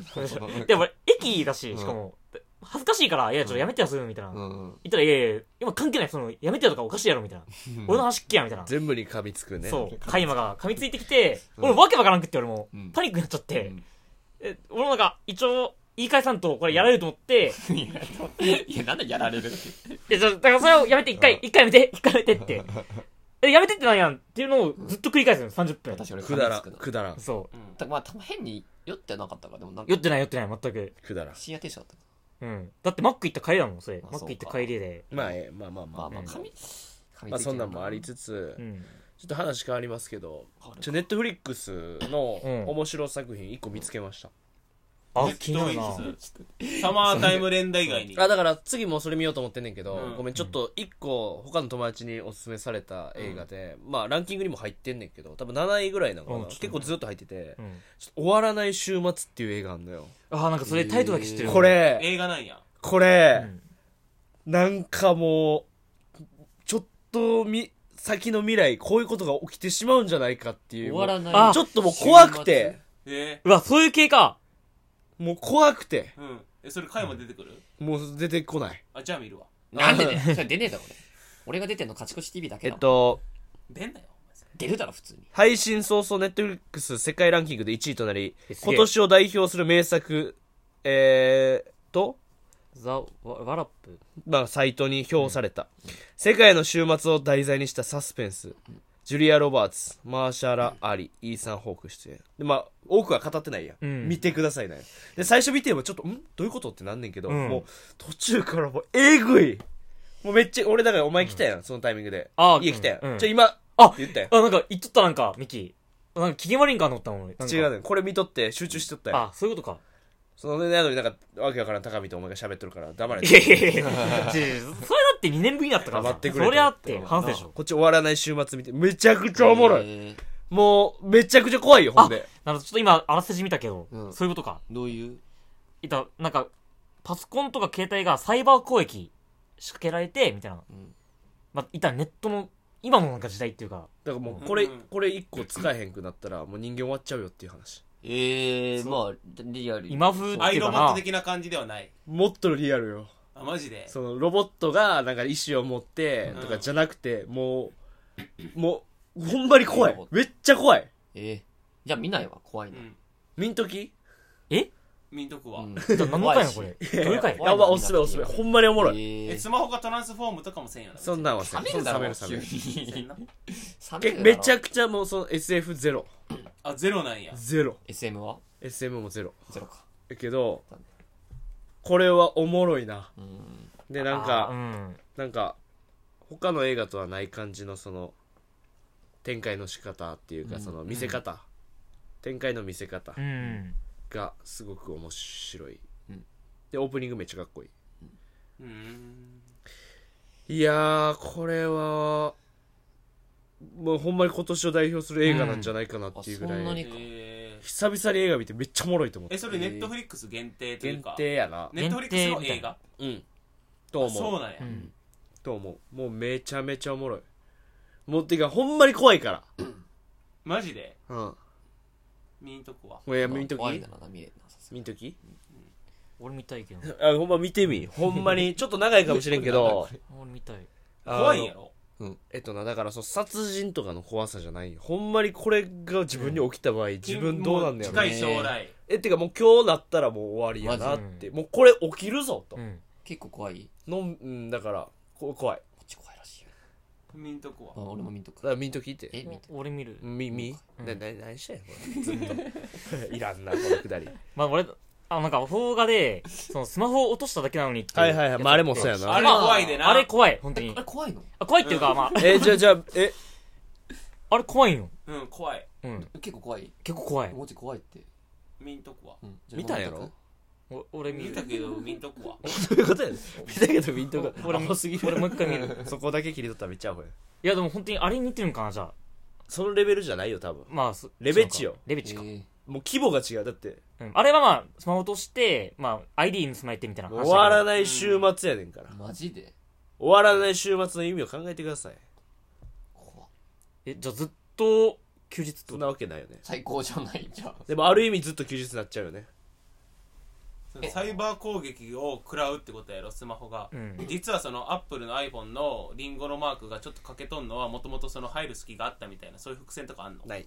Speaker 4: ら。
Speaker 3: でも俺駅だし
Speaker 4: ん
Speaker 3: しかも恥ずかしいからいやちょっとやめてよそういうのみたいな
Speaker 4: う
Speaker 3: 言っ
Speaker 4: ん。
Speaker 3: たらいやいや今関係ないそのやめてよとかおかしいやろみたいな俺の話聞けやみたいな
Speaker 1: 全部に噛みつくね
Speaker 3: そうカイマが噛みついてきて
Speaker 4: うん
Speaker 3: 俺わけわからんくって俺も
Speaker 4: うん
Speaker 3: パニックになっちゃって
Speaker 4: うん
Speaker 3: え俺もなんか一応言い返さんとこれやられると思 [laughs] って
Speaker 4: いや、なんでやられるって。
Speaker 3: いや、じゃあだからそれをやめて、一回、一回やめて、一回やめて [laughs] って。え、やめてってなんやんっていうのをずっと繰り返すの、30分。
Speaker 4: 私俺
Speaker 1: くだらん
Speaker 4: 噛みつくの
Speaker 1: くだらん
Speaker 3: そ
Speaker 2: うん
Speaker 4: たまあ、たま変に酔ってなかったから、でもなん
Speaker 3: う。酔
Speaker 4: か
Speaker 3: ってない酔ってない、全く。
Speaker 1: くだらん
Speaker 4: 深夜停車だった。
Speaker 3: うん。だってマック行った帰りだもん、それ。
Speaker 4: あ
Speaker 3: マック行った
Speaker 4: そうか
Speaker 3: 帰りで。
Speaker 1: まあええまあまあま
Speaker 4: ま
Speaker 1: あ
Speaker 4: あまあ、
Speaker 3: うん
Speaker 4: 髪、
Speaker 1: まあそんなんもあり
Speaker 4: つ
Speaker 1: つつ
Speaker 3: うん。
Speaker 1: ちょっと話変わりますけど
Speaker 4: 変わる
Speaker 1: ちょネットフリックスの
Speaker 3: うん
Speaker 1: 面白作品1個見つけました
Speaker 3: あ、
Speaker 2: ずっ
Speaker 3: 気
Speaker 2: と
Speaker 3: になるな。
Speaker 2: 言いつつサマータイム連打以外に
Speaker 1: あだから次もそれ見ようと思ってんねんけど、
Speaker 2: うん
Speaker 1: ごめんちょっと1個他の友達におすすめされた映画で、まあランキングにも入ってんねんけど多分7位ぐらいなのかな、
Speaker 3: うんちょっと
Speaker 1: 結構ずっと入ってて、
Speaker 3: うん。
Speaker 1: ちょっと終わらない週末っていう映画あんのよ、
Speaker 3: あ、なんかそれタイトルだけ知ってる。
Speaker 1: こ。れ
Speaker 2: 映画なんや
Speaker 1: こ
Speaker 3: う
Speaker 1: れ、
Speaker 3: ん。
Speaker 1: なんかもうちょっとみ先の未来こういうことが起きてしまうんじゃないかってい
Speaker 4: 終
Speaker 1: う
Speaker 4: わらない。
Speaker 1: も
Speaker 3: あ
Speaker 1: うちょっともう怖くて
Speaker 2: え
Speaker 3: うわ、そういう系か。
Speaker 1: もう怖くて
Speaker 2: ーうんえそれ回も出てくる
Speaker 1: もう出てこない
Speaker 2: あじゃあ見るわ
Speaker 4: なんでね、それ出ねえだろ、俺。俺が出てんの勝ち越し TV だけ
Speaker 1: え
Speaker 4: だ
Speaker 1: っ。と
Speaker 2: 出んなよ
Speaker 4: 出るだろ、普通に。
Speaker 1: 配信早々、ネットフリックス世界ランキングで1位となり
Speaker 3: え、すげえ
Speaker 1: 今年を代表する名作、えー、と、
Speaker 3: ザ・ワラップ。
Speaker 1: まあ、サイトに評された、世界の週末を題材にしたサスペンス、ジュリア・ロバーツ、マーシャラ・アリ、イーサン・ホーク出演。で、まあ、多くは語ってないや、
Speaker 3: うん
Speaker 1: 見てくださいね。で、最初見てもちょっと、んどういうことってなんねんけど、
Speaker 3: うん
Speaker 1: もう、途中からもう、えぐい。もうめっちゃ、俺だからお前来たやん、そのタイミングで。
Speaker 3: あー
Speaker 1: 家来たやん。
Speaker 3: うん
Speaker 1: じゃ今、
Speaker 3: あ
Speaker 1: って言ったやん。
Speaker 3: あ、なんか言っとったなんか、ミキ。なんか機嫌悪いんかと思ったもん、俺。なんか
Speaker 1: 違うねんこれ見とって集中しとったやん。
Speaker 3: あ、そういうことか。
Speaker 1: そのね、なのになんか、わけわからん高見とお前が喋っとるから、黙れ
Speaker 3: [laughs] い。やいやいやいや
Speaker 1: [laughs]
Speaker 3: それだって2年ぶりだったからさ。
Speaker 1: 黙ってくれと
Speaker 3: そりゃあって、話すでしょ。
Speaker 1: こっち終わらない週末見て、めちゃくちゃおもろい。
Speaker 4: い。
Speaker 1: もう、めちゃくちゃ怖いよ、ほんで。
Speaker 3: なるほど、ちょっと今、あらすじ見たけど、
Speaker 4: うん
Speaker 3: そういうことか。
Speaker 4: どういう
Speaker 3: いた、なんか、パソコンとか携帯がサイバー攻撃仕掛けられて、みたいな。
Speaker 4: うん
Speaker 3: まあ、いたネットの、今のなんか時代ってい
Speaker 1: [laughs]
Speaker 3: うか、
Speaker 1: だからもう、これ、
Speaker 2: うん
Speaker 1: これ一個使えへんくなったら、もう人間終わっちゃうよっていう話。
Speaker 4: ええ、まあ、リアル。
Speaker 3: 今風
Speaker 4: そう
Speaker 2: アイロボ
Speaker 3: っ
Speaker 2: ッ
Speaker 3: て
Speaker 2: ト
Speaker 3: かな
Speaker 2: 的な感じではない
Speaker 1: もっとリアルよ。
Speaker 2: あマジで
Speaker 1: その、ロボットが、なんか意志を持って、とかじゃなくて、もう、もう、ほんまに怖い。めっちゃ怖い。
Speaker 4: ええ。じゃあ見ないわ、怖いうな。
Speaker 2: ん
Speaker 1: 見んとき
Speaker 3: え
Speaker 2: 見んとくわ、
Speaker 4: うん
Speaker 3: じゃあ何の回なのこれ。どういう回
Speaker 4: 怖い
Speaker 1: やば、おすすめおすすめ。ほんまにおもろい。
Speaker 4: え
Speaker 2: え
Speaker 4: ー
Speaker 2: スマホがトランスフォームとかもせんよな
Speaker 1: そんなんはさ、
Speaker 4: 冷めるだろ
Speaker 1: 冷める冷める。
Speaker 4: 急
Speaker 2: せん
Speaker 4: に
Speaker 2: な
Speaker 4: 冷め
Speaker 1: え
Speaker 4: るだろ
Speaker 1: めちゃくちゃもうその SF0。
Speaker 2: あゼロなんや
Speaker 1: ゼロ。
Speaker 4: SM は
Speaker 1: SM もゼロ。
Speaker 4: ゼロか
Speaker 1: だけど、これはおもろいな。
Speaker 4: うん
Speaker 1: で、なん
Speaker 3: う
Speaker 1: か、
Speaker 3: ん。
Speaker 1: なんか、他の映画とはない感じのその、展開の仕方っていうか、その見せ方。展開の見せ方
Speaker 3: うん。
Speaker 1: がすごく面白い
Speaker 4: うん。
Speaker 1: で、オープニングめっちゃかっこいい。
Speaker 2: うーん
Speaker 1: いやー、これは、もうほんまに今年を代表する映画なんじゃないかなっていうぐらい、
Speaker 4: うんあそんなに
Speaker 2: えー
Speaker 1: 久々に映画見てめっちゃおもろいと思っ
Speaker 2: え
Speaker 1: て。
Speaker 2: それネットフリックス限定という
Speaker 1: 限
Speaker 2: か
Speaker 1: 定やな。
Speaker 2: ネットフリックスの映画
Speaker 1: うん。と
Speaker 2: あそう
Speaker 1: 思う。
Speaker 2: なんや、
Speaker 3: ん
Speaker 1: と思う。もうめちゃめちゃおもろい。もうてか、ほんまに怖いから。
Speaker 2: マジで
Speaker 1: うん。も
Speaker 2: 見んとくわ
Speaker 1: ういや、見んと
Speaker 4: 怖い
Speaker 1: き
Speaker 4: だな見れるなさすが
Speaker 1: 見んとき
Speaker 3: 俺見たいけど。
Speaker 1: あ、ほんま見てみ。ほんまに、ちょっと長いかもしれんけ [laughs] ど。
Speaker 3: 俺見たい。
Speaker 2: 怖いんや
Speaker 1: ろ
Speaker 2: ろ
Speaker 1: えっとな、だからそう、殺人とかの怖さじゃない。ほんまにこれが自分に起きた場合、自分どうなんだよ
Speaker 2: も近い将来
Speaker 1: えてかもう今日なったらもう終わりやなっ
Speaker 3: マジ
Speaker 1: てもうこれ起きるぞと、
Speaker 3: うん。
Speaker 4: 結構怖い
Speaker 1: のんうんだからこ怖い
Speaker 4: こっち怖いらしいよ
Speaker 2: 見んとくわ
Speaker 4: あ俺も見んと
Speaker 1: だ
Speaker 4: く
Speaker 1: からミント聞いて
Speaker 4: え見と
Speaker 3: 俺見る。
Speaker 1: みみ、
Speaker 3: うん
Speaker 1: なな何してんのこれ [laughs] ずっといらんなこのくだり
Speaker 3: まあ俺、あ、なんか、邦画で、そのスマホを落としただけなのにってう
Speaker 1: はいはいはいまああれもそうやな
Speaker 2: あれ怖いでな
Speaker 3: あれ怖い、本当に
Speaker 4: あ。れ怖いの
Speaker 3: あ怖いっていうか、まあ、
Speaker 1: えじゃあじゃあえ
Speaker 3: あれ怖いよ。
Speaker 2: うん怖い
Speaker 3: うん。
Speaker 4: 結構怖い
Speaker 3: 結構怖い。
Speaker 4: もうちょい怖いって
Speaker 2: 見んとくわ
Speaker 4: うんじゃあ
Speaker 1: 見たんやろ
Speaker 3: お俺見
Speaker 2: 見 [laughs]
Speaker 3: る
Speaker 2: た。けど見んとくわ
Speaker 1: [laughs] どういうことやねん見たけどミントが
Speaker 3: 俺
Speaker 1: 俺
Speaker 3: も
Speaker 1: もすぎる
Speaker 3: 俺もう一回
Speaker 1: [laughs]
Speaker 3: 見る。
Speaker 1: そこだけ切り取ったらめっちゃアホや
Speaker 3: いや、でも本当にあれに似てるんかな、じゃあ。
Speaker 1: そのレベルじゃないよ多分
Speaker 3: まあ、そ
Speaker 1: レベチよ。
Speaker 3: レベ
Speaker 4: え
Speaker 3: チか。
Speaker 4: ー
Speaker 1: もう規模が違うだって
Speaker 3: うんあれはまあ、スマホ落として、まあ、ID 盗まれてみたいな話だけ
Speaker 1: 終
Speaker 3: ど。
Speaker 1: わらない週末やねんから、
Speaker 4: マジで
Speaker 1: 終わらない週末の意味を考えてください
Speaker 4: 怖っ
Speaker 3: え、じゃあずっと、休日
Speaker 1: そ
Speaker 3: と
Speaker 1: ん。なわけないよね
Speaker 4: 最高じゃないじゃん
Speaker 1: でもある意味ずっと休日になっちゃうよね
Speaker 2: サイバー攻撃を食らうってことやろスマホが、
Speaker 3: うん
Speaker 2: 実はそのアップルの iPhone のリンゴのマークがちょっと欠けとんのはもともとその入る隙があったみたいなそういう伏線とかあんの
Speaker 1: ない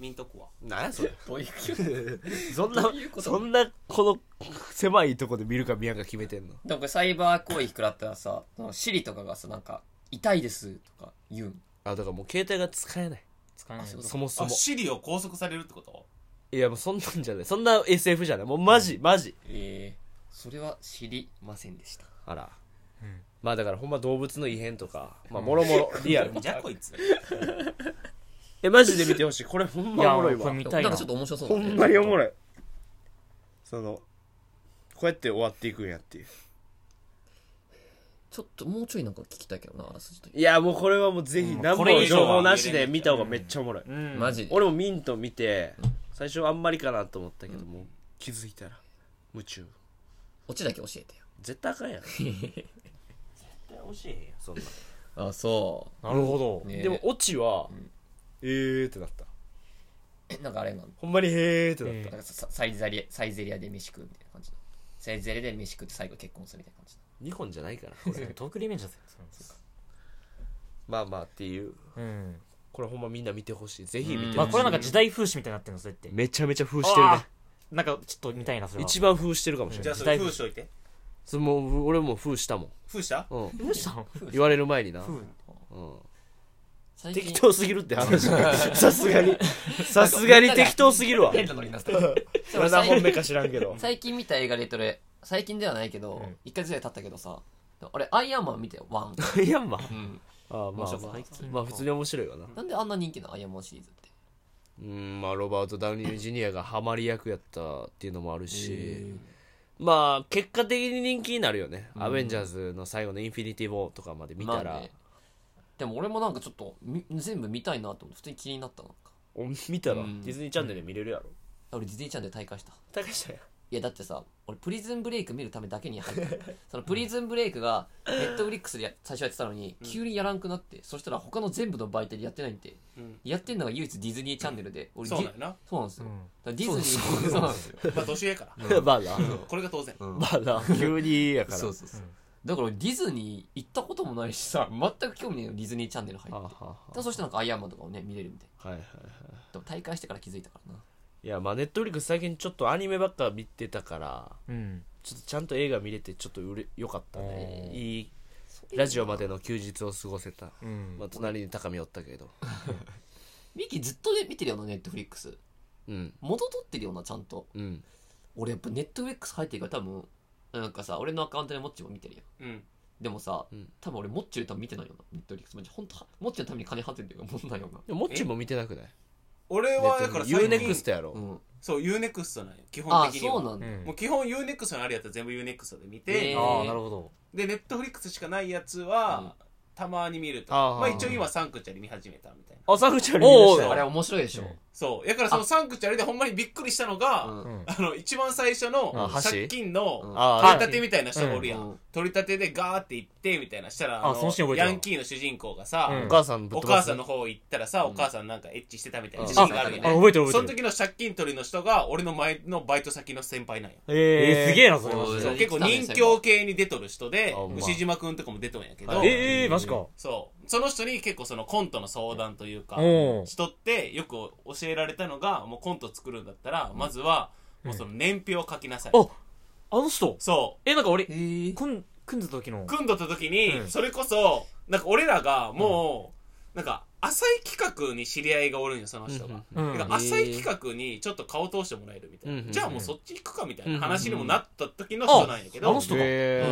Speaker 2: 見んとくわ
Speaker 1: なんやそれ
Speaker 4: どういう
Speaker 1: そんな
Speaker 4: どういうこと
Speaker 1: そんなこの狭いとこで見るか見やんか決めてんの
Speaker 4: でもこれサイバー行為食らったらさそのシリとかがさなんか痛いですとか言うん
Speaker 1: あだからもう携帯が使えない
Speaker 3: 使えない
Speaker 4: あそう
Speaker 1: そもそ
Speaker 2: あ
Speaker 1: も
Speaker 2: シリを拘束されるってこと
Speaker 1: いやもうそんなんじゃないそんな SF じゃないもうマジマジ
Speaker 4: ええそれは知りませんでした
Speaker 1: あら、
Speaker 3: ん
Speaker 1: まあだからほんま動物の異変とかまあもろもろリアル
Speaker 2: じゃあこい
Speaker 1: [laughs]
Speaker 2: つ
Speaker 1: えマジで見てほしいこれほん
Speaker 3: い
Speaker 1: ま
Speaker 3: や、
Speaker 1: おもろい
Speaker 3: これ
Speaker 1: わ
Speaker 3: 見たい
Speaker 4: な
Speaker 3: な
Speaker 4: んかちょ。っと面白そうだ
Speaker 1: ほ
Speaker 4: ね
Speaker 1: んまにおもろいそのこうやって終わっていくんやっていう
Speaker 4: ちょっともうちょいなんか聞きたいけどなあらすじという
Speaker 1: いやもうこれはもうぜひ
Speaker 3: うん
Speaker 1: 何
Speaker 3: こ
Speaker 1: も
Speaker 3: れ以上
Speaker 1: 情
Speaker 3: は
Speaker 1: 報なしで見た方がめっちゃおもろい
Speaker 3: うん。
Speaker 4: マジで
Speaker 1: 俺もミント見て最初あんまりかなと思ったけどもう気づいたら夢中
Speaker 4: オチだけ教えてよ
Speaker 1: 絶対あかんやろ絶対教えへんやそんな、
Speaker 4: あそ
Speaker 3: なるほど
Speaker 4: う。ね
Speaker 1: でもオチは、えーってなった
Speaker 4: えなんかあれなん
Speaker 1: ほんまにへーってなった、
Speaker 4: なんかさサイゼリアサイゼリアで飯食うみたいな感じのサイゼリアで飯食って最後結婚するみたいな感じの
Speaker 1: 2本じゃ [laughs] ないからこれ
Speaker 3: トークリベンジャーズやそ
Speaker 1: まあまあっていう
Speaker 3: れうん。
Speaker 1: これほんまみんな見てほしいぜひ見て
Speaker 3: まあ、
Speaker 1: ほし
Speaker 3: こ
Speaker 1: い
Speaker 3: れなんか時代風刺みたいになってるの、それって。
Speaker 1: めちゃめちゃ封してるね
Speaker 3: あーなんかちょっと見たいな、それは。
Speaker 1: 一番封してるかもしれ
Speaker 2: じ
Speaker 1: ない
Speaker 2: ゃあそれ封しといて
Speaker 1: そもう俺も封したも
Speaker 2: 封した
Speaker 1: ん、うん、
Speaker 3: どうしたの
Speaker 1: 言われる前にな、う
Speaker 3: 風
Speaker 1: ん、
Speaker 4: 最近
Speaker 1: 適当すぎるって話 [laughs] さすがにさすがに適当すぎるわ
Speaker 4: 変なのになった
Speaker 1: それ何本目か知らんけど
Speaker 4: 最近見た映画でトレ最近ではないけど、
Speaker 3: ん
Speaker 4: 一1ヶ月ぐらい経ったけどさ俺アイアンマン見てよワン、
Speaker 1: [laughs] いやまあ
Speaker 4: うん、
Speaker 1: ああまあ
Speaker 4: 面白
Speaker 1: ま
Speaker 4: い
Speaker 1: あまあ普通に面白いわな
Speaker 4: なんであんな人気なのアイアンマンシリーズって
Speaker 1: うんまあロバート・ダウニー・ジュニアがハマり役やったっていうのもあるし、まあ結果的に人気になるよね、アベンジャーズの最後の「インフィニティ・ウォー」とかまで見たら、
Speaker 4: まあねでも俺もなんかちょっとみ全部見たいなと思って普通に気になったなんか
Speaker 1: お見たらデ
Speaker 4: うん
Speaker 1: ィズニーチャンネルで見れるやろ
Speaker 4: 俺ディズニーチャンネルで大会した
Speaker 1: 高橋や
Speaker 4: いやだってさ俺プリズンブレイク見るためだけに入った [laughs] そのプリズンブレイクがネットフリックスでや最初やってたのに急にやらんくなって、そしたら他の全部の媒体でやってないんで、
Speaker 2: うん
Speaker 4: やってんのが唯一ディズニーチャンネルで俺
Speaker 2: そうだ
Speaker 4: デ
Speaker 2: よ
Speaker 4: ィ
Speaker 2: な
Speaker 4: そうなんですよ、
Speaker 3: うん
Speaker 4: だからディズニー [laughs] そうなんですよ
Speaker 2: まあ年上やか
Speaker 1: [laughs]
Speaker 2: ら
Speaker 1: まあな
Speaker 2: これが当然
Speaker 1: まあな急にやから
Speaker 4: そうそうそう、だから俺ディズニー行ったこともないしさ全く興味ないのディズニーチャンネル入って
Speaker 1: はあ
Speaker 4: だ
Speaker 1: は
Speaker 4: からそしてなんかアイアンマンとかをね見れるみたい
Speaker 1: あはいはいはい
Speaker 4: でも大会してから気づいたからな
Speaker 1: いやまあネットフリックス最近ちょっとアニメばっか見てたから
Speaker 3: うん。
Speaker 1: ちょっとちゃんと映画見れてちょっとうれよかったねいいラジオまでの休日を過ごせた、
Speaker 3: うん
Speaker 1: まあ、隣に高見おったけど
Speaker 4: ミキずっとね見てるよなネットフリックス
Speaker 1: うん
Speaker 4: 元取ってるよなちゃんと
Speaker 1: うん
Speaker 4: 俺やっぱネットフリックス入ってるから多分なんかさ俺のアカウントでもっちも見てるよ
Speaker 2: うん。
Speaker 4: でもさ、
Speaker 1: うん
Speaker 4: 多分俺もっちゅう多分見てないよなネットフリックスマジ本当はもっちゅうのために金払ってるんだよもんなんよな
Speaker 1: でももっちも見てなくない
Speaker 2: 俺は、だから
Speaker 1: ユー
Speaker 2: 最
Speaker 1: ネクス
Speaker 2: 近、
Speaker 1: トやろ、
Speaker 4: うん
Speaker 2: そう、UNEXT なんよ、基
Speaker 4: あ
Speaker 2: 本
Speaker 4: あ
Speaker 2: 的に
Speaker 4: そう
Speaker 2: は。
Speaker 4: なんだ、
Speaker 3: う
Speaker 2: も
Speaker 3: ん
Speaker 2: う基本 UNEXT のあるやつは全部 UNEXT で見て、
Speaker 4: えー
Speaker 3: ああ、なるほど。
Speaker 2: で、ネットフリックスしかないやつは、たまに見ると。
Speaker 1: あー
Speaker 2: まあ一応今サンクチャリ見始めたみたいな。
Speaker 1: あサグちゃんに
Speaker 3: お
Speaker 1: 見
Speaker 3: うおう
Speaker 1: ました
Speaker 4: あれ
Speaker 1: よ
Speaker 4: 面白いでしょ、
Speaker 2: そう。だからそのサンクチャリでほんまにびっくりしたのが、
Speaker 4: うん
Speaker 3: うん。
Speaker 2: あの、一番最初の
Speaker 1: あ、箸
Speaker 2: 借金の、
Speaker 4: うん
Speaker 1: あ
Speaker 2: 取
Speaker 1: ー
Speaker 2: り立てみたいな人がおるやん、
Speaker 4: うん
Speaker 2: 取り立てでガーって行ってみたいなしたら
Speaker 3: あそのシーン覚えてる
Speaker 2: ヤンキーの主人公がさ、
Speaker 3: うん
Speaker 1: お母さんぶっ
Speaker 2: お
Speaker 1: 飛ば
Speaker 2: 母
Speaker 1: す
Speaker 2: さんの方行ったらさ、お母さんなんかエッチしてたみたいな
Speaker 4: うん
Speaker 2: シーンがあるやん、
Speaker 3: あ、覚えてる
Speaker 2: そ
Speaker 3: 覚え
Speaker 2: の
Speaker 3: てる。
Speaker 2: 時の借金取りの人が俺の前のバイト先の先輩なんや、
Speaker 3: えー、すげえな、それ。
Speaker 4: そう
Speaker 2: そう
Speaker 4: え
Speaker 2: 結構人形系に出とる人で
Speaker 1: あほんま
Speaker 2: 牛島くんとかも出とんやけど、
Speaker 1: あ
Speaker 3: ええー、マジか。
Speaker 2: そうその人に結構そのコントの相談というか
Speaker 3: おう
Speaker 2: しとってよく教えられたのがもうコント作るんだったらまずはもうその年表を書きなさい、
Speaker 3: あ、あの人
Speaker 2: そう
Speaker 3: え、なんか俺、
Speaker 4: え
Speaker 3: くん、組んだ時の。
Speaker 2: 組んどった時に、
Speaker 3: うん
Speaker 2: それこそなんか俺らがもう、なんか浅い企画に知り合いがおるんよその人が、
Speaker 3: うん。
Speaker 2: だから浅い企画にちょっと顔通してもらえるみたいな、
Speaker 1: うん
Speaker 2: じゃあもうそっち行くかみたいな話にもなった時の
Speaker 3: うん
Speaker 2: 人なんやけど、
Speaker 3: ああの人か
Speaker 1: へ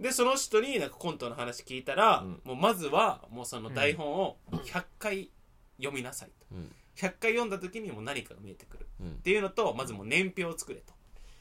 Speaker 1: ー
Speaker 2: でその人になんかコントの話聞いたら、
Speaker 4: うん
Speaker 2: もうまずはもうその台本を100回読みなさいと、
Speaker 1: うん
Speaker 2: 100回読んだ時にもう何かが見えてくる
Speaker 1: うん
Speaker 2: っていうのとまずもう年表を作れと。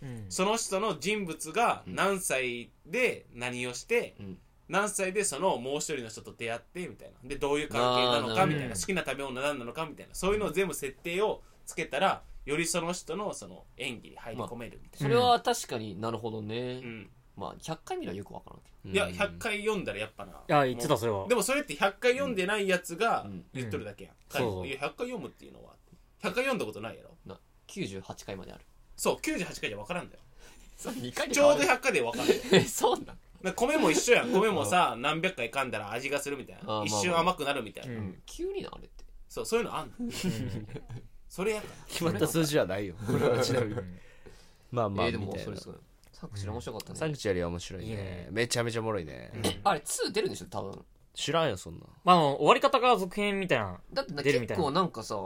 Speaker 3: うん
Speaker 2: その人の人物が
Speaker 4: うん
Speaker 2: 何歳で何をして、
Speaker 4: うん
Speaker 2: 何歳でそのもう一人の人と出会ってみたいなでどういう関係なのかみたい
Speaker 3: あーなるほ
Speaker 2: な好
Speaker 3: ど
Speaker 2: きな食べ物何なのかみたいなそういうのを全部設定をつけたらよりその人のその演技に入り込めるみたい
Speaker 4: それは確かになるほどね、
Speaker 2: な、うん
Speaker 4: まあ100回見はよくわからんけ
Speaker 1: うん
Speaker 2: いや100回読んだらやっぱない
Speaker 3: や、言ってた、
Speaker 2: も
Speaker 3: それは
Speaker 2: う。でもそれって100回読んでないやつが
Speaker 4: うん
Speaker 2: 言っとるだけやん、
Speaker 3: うんそう
Speaker 2: いや100回読むっていうのは100回読んだことないやろ
Speaker 4: どな98回まである
Speaker 2: そう98回じゃ分からんだよ
Speaker 4: 2回
Speaker 2: ちょうど100回で分かる
Speaker 4: え [laughs] そうなん
Speaker 2: な米も一緒やん米もさ何百回噛んだら味がするみたい
Speaker 4: あ
Speaker 2: な
Speaker 4: ー
Speaker 2: 一瞬
Speaker 4: まあまあ
Speaker 2: 甘くなるみたいな、
Speaker 3: うん
Speaker 4: 急になあれって
Speaker 2: そうそういうのあんのそれやか
Speaker 1: 決まった数字はないよこれはちなみにまあま
Speaker 4: え
Speaker 1: あ
Speaker 4: ーで
Speaker 1: み
Speaker 4: も
Speaker 1: たい
Speaker 4: そ
Speaker 1: な
Speaker 4: れすごいサンクチュ面白かった
Speaker 1: サン
Speaker 4: ね
Speaker 1: クチュアリは面白い
Speaker 3: いい
Speaker 1: ね
Speaker 3: ね
Speaker 1: めちゃめちゃおもろいね
Speaker 4: あれ2出るんでしょ多分
Speaker 1: 知らんよそんな
Speaker 3: まあ、あの、終わり方が続編みたいな。
Speaker 4: だってな
Speaker 3: 出るみた
Speaker 4: 結
Speaker 3: いな
Speaker 4: 構なんかさ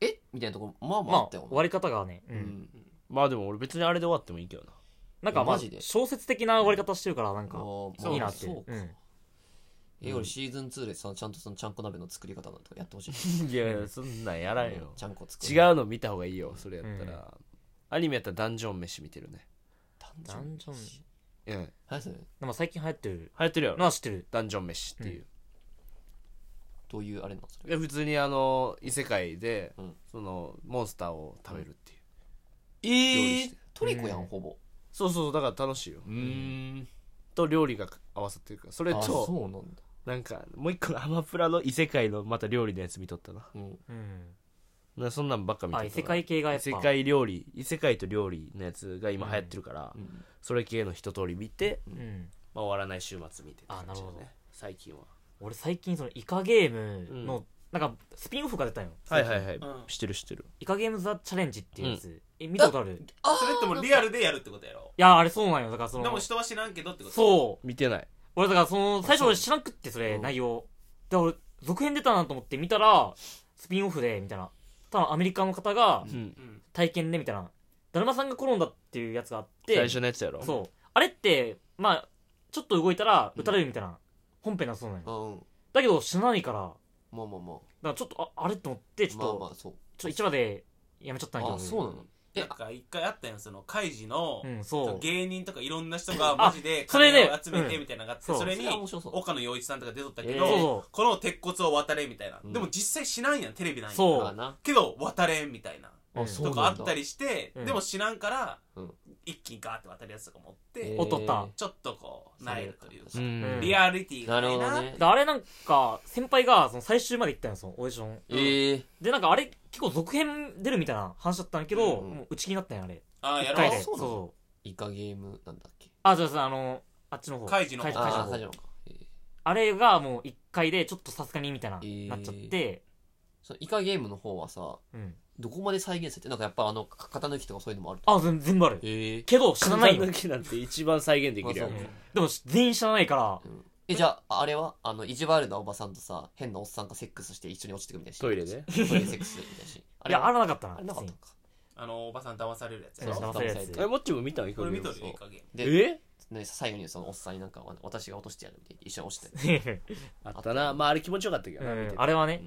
Speaker 4: えみたいなところまあまああ
Speaker 3: ま
Speaker 4: っ
Speaker 3: あ、
Speaker 4: たよ
Speaker 3: 終わり方がね。う。
Speaker 4: うんん
Speaker 1: まあでも俺別にあれで終わってもいいけどな
Speaker 3: なんか、ま
Speaker 4: マ
Speaker 3: あ
Speaker 4: ジで、
Speaker 3: 小説的な終わり方してるから、なん
Speaker 4: あ
Speaker 3: か、
Speaker 4: ーまあ
Speaker 3: いいなって。
Speaker 4: そうか
Speaker 3: うん。
Speaker 4: え俺シーズン2でさちゃんとそのちゃんこ鍋の作り方なんとかやってほしい
Speaker 1: いやそんなんやらんよ
Speaker 4: ちゃんこ作
Speaker 1: 違
Speaker 4: う
Speaker 1: うの見た方がいいよそれやったらアニメやったらダンジョン飯見てるね
Speaker 4: ダ
Speaker 3: ダ
Speaker 4: ン
Speaker 3: ン
Speaker 4: ジ
Speaker 3: ジ
Speaker 4: ョ
Speaker 3: ョ
Speaker 1: う
Speaker 3: ン
Speaker 4: ン
Speaker 1: ん
Speaker 4: 何それ
Speaker 3: なんか最近流行ってる
Speaker 1: 流行ってるや
Speaker 3: の
Speaker 1: ろ
Speaker 3: は知ってる。
Speaker 1: ダンジョン飯っていう
Speaker 4: どういうあれなのそれ
Speaker 1: で普通にあの異世界で
Speaker 4: うん
Speaker 1: そのモンスターを食べるっていう
Speaker 4: え
Speaker 1: え
Speaker 4: トリコや
Speaker 3: うんん
Speaker 4: ほぼ
Speaker 1: そうそうだから楽しいよ
Speaker 4: うん
Speaker 1: と料理が合わさってるからそれ
Speaker 4: あそう
Speaker 1: と
Speaker 4: なんだ
Speaker 1: なんかもう一個のアマプラの異世界のまた料理のやつ見とったな
Speaker 4: うん
Speaker 3: うん。
Speaker 1: なそんなんばっか見て
Speaker 3: あ、異世界系がや
Speaker 1: 異
Speaker 3: っぱ。
Speaker 1: 世界料理異世界と料理のやつが今流行ってるから、
Speaker 4: ん
Speaker 1: それ系の一通り見て、
Speaker 3: うん。
Speaker 1: まあ、終わらない週末見てって感じだね
Speaker 3: あなるほど
Speaker 1: 最近は
Speaker 3: 俺最近そのイカゲームの、なんかスピンオフが出たよ
Speaker 1: はいはいはい、
Speaker 2: うん
Speaker 1: 知ってる知ってる
Speaker 3: イカゲームザチャレンジっていうやつ、え見たことあるい
Speaker 2: らそれってもうリアルでやるってことやろ
Speaker 3: やあれそうなんよだからそ
Speaker 2: でも
Speaker 3: の
Speaker 2: 人は知らんけどってこと
Speaker 3: そう
Speaker 1: 見てない
Speaker 3: 俺だからその最初俺知らんくってそれ
Speaker 4: うん
Speaker 3: 内容で俺続編出たなと思って見たらスピンオフでみたいなただアメリカの方が
Speaker 1: うん
Speaker 2: う、ん、
Speaker 3: 体験でみたいなだるまさんが転んだっていうやつがあって
Speaker 1: 最初のやつやろ
Speaker 3: そうあれってまあちょっと動いたら撃たれるみたいな、本編だそうなんよ
Speaker 4: あうん
Speaker 3: だけど死なないからだか
Speaker 4: まあまあまあ
Speaker 3: らちょっとああれと思ってちょっ
Speaker 4: まあ
Speaker 3: と、
Speaker 4: まあそう
Speaker 3: ちょっと1話でやめちゃったんやけど
Speaker 4: あそうなのえ
Speaker 2: なんか一回あったやんその開示の、
Speaker 3: うん、そう。
Speaker 2: 芸人とかいろんな人がマジで
Speaker 3: それね
Speaker 2: 金を集めてみたいなのがあって
Speaker 3: うん
Speaker 2: それに
Speaker 4: それは面白そう
Speaker 2: 岡野陽一さんとか出とったけ
Speaker 4: え
Speaker 2: ど、
Speaker 4: ーそう
Speaker 3: そ
Speaker 2: この鉄骨を渡れみたいな、
Speaker 4: うん
Speaker 2: でも実際知らんやんテレビなんや
Speaker 3: そう
Speaker 4: あな
Speaker 2: けど渡れんみたいな
Speaker 3: うん
Speaker 4: そう
Speaker 2: とかあったりして、
Speaker 3: うん
Speaker 2: でも知らんから、
Speaker 4: うん
Speaker 2: 一気にガーって渡るやつとか持って、
Speaker 4: えー
Speaker 3: おっとった
Speaker 2: ちょっとこう、なえるというか
Speaker 1: う、ん
Speaker 3: うん
Speaker 2: リアリティが
Speaker 4: なる
Speaker 2: ない
Speaker 4: ほ
Speaker 2: な。
Speaker 4: どね
Speaker 3: であれなんか、先輩がその最終まで行ったんよ、そのオーディション。
Speaker 4: ええ
Speaker 3: で、なんかあれ、結構続編出るみたいな話だったんやけど、
Speaker 4: うん
Speaker 3: もう打ち切りになったんや、あれ。
Speaker 2: ああ、や
Speaker 3: 一
Speaker 2: ろ
Speaker 3: 回
Speaker 2: う
Speaker 3: で。
Speaker 4: あ。そうなの
Speaker 3: そう。
Speaker 4: イカゲームなんだっけ
Speaker 3: あ、そうそう、あの、あっちの方。
Speaker 2: カイジの方
Speaker 3: カイ
Speaker 4: ああ
Speaker 3: カイ
Speaker 4: 最
Speaker 3: ジ
Speaker 4: 初
Speaker 3: の
Speaker 4: のかえー
Speaker 3: あれがもう一回で、ちょっとさすがにみたいな、
Speaker 4: えー
Speaker 3: なっちゃって、
Speaker 4: そのイカゲームの方はさ
Speaker 3: うん。
Speaker 4: どこまで再現されてなんかやっぱあのか型抜きとかそういうのもある
Speaker 3: あ、全全部ある。
Speaker 4: ええ
Speaker 3: けど、知らないよ。
Speaker 1: 抜きなんて一番再現できるやん
Speaker 4: あそう
Speaker 3: でも、全員知らないから、
Speaker 4: えじゃああれはあの意地悪なおばさんとさ変なおっさんがセックスして一緒に落ちてくみたいな
Speaker 1: トイレで
Speaker 4: トイレセックスみたいなシーン
Speaker 3: い
Speaker 4: あれ
Speaker 3: や、あ
Speaker 4: は
Speaker 3: らなかったな。
Speaker 4: あれなかっ
Speaker 3: 別
Speaker 4: たの
Speaker 3: に
Speaker 4: か
Speaker 2: あのおばさん騙されるやつや
Speaker 3: そう
Speaker 2: ろ
Speaker 3: 騙されるやつ
Speaker 1: えもっちも見たん
Speaker 2: これ見とる
Speaker 4: そう
Speaker 2: いい加減
Speaker 4: で
Speaker 1: え
Speaker 4: ね最後にそのおっさんになんかわ私が落としてやるみたいな一緒に落ちて
Speaker 1: あったなまああれ気持ちよかったけど
Speaker 3: う
Speaker 1: な、見て、
Speaker 3: ん
Speaker 1: て
Speaker 3: あれはね。